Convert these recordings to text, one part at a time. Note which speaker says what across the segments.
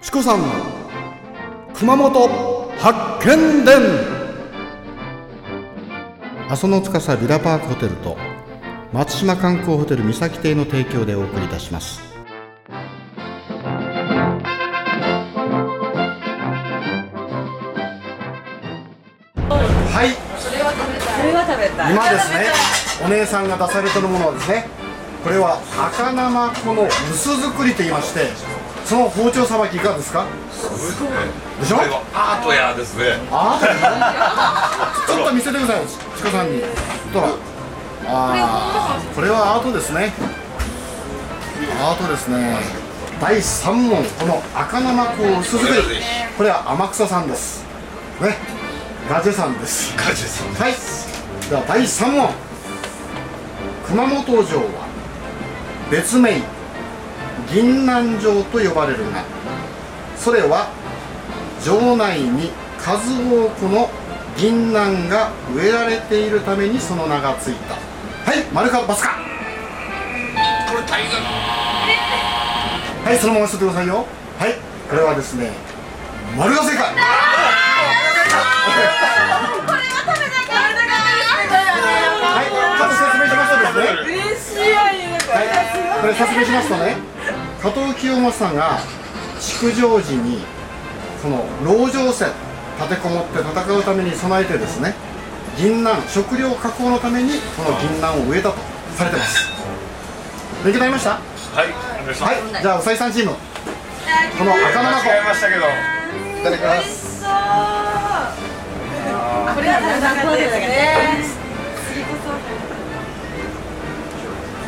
Speaker 1: チコさん熊本発見伝阿蘇の司ビラパークホテルと松島観光ホテル三崎邸の提供でお送りいたしますはい
Speaker 2: それは食べたい。
Speaker 1: 今ですねお姉さんが出されてるものはですねこれは赤生粉の薄作りと言いましてその包丁さばきいかがですかでしょ
Speaker 3: これはアートやですね。
Speaker 1: あちょっと見せてください、チコさんに。ほら。ああ、これはアートですね。アートですね。第三問、この赤生こう薄作り。これは天草さんです。ね。ガジェさんです。
Speaker 3: ガジェさん
Speaker 1: はい。では第三問。熊本城は別名銀南城と呼ばれるが、それは城内に数多くの銀杏が植えられているためにその名がついたはい丸かバスか
Speaker 3: これ大河の
Speaker 1: はいそのまま捨ててくださいよはいこれはですね丸が正解
Speaker 2: これは食べたかった。
Speaker 1: はいちょっと説明しますとですね
Speaker 2: 嬉しいやいや。
Speaker 1: これ説明しますとね加藤清正さんが築城時にこの籠城戦立てこもって戦うために備えてですね銀杏食料確保のためにこの銀杏を植えたとされてます勉強になりました
Speaker 3: はい、お願いしま
Speaker 1: は
Speaker 3: す。
Speaker 1: い、じゃあうさぎさんチームこの赤生
Speaker 3: 間違えましたけど。
Speaker 1: 子いただきます
Speaker 2: これは食べたかったですね。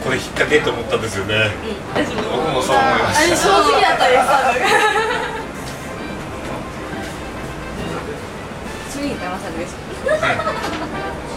Speaker 3: これ引っ掛けと思ったんですよね。僕もそう思いま
Speaker 2: あれ
Speaker 3: し
Speaker 2: 正直だったです。次に騙される。
Speaker 3: た。はい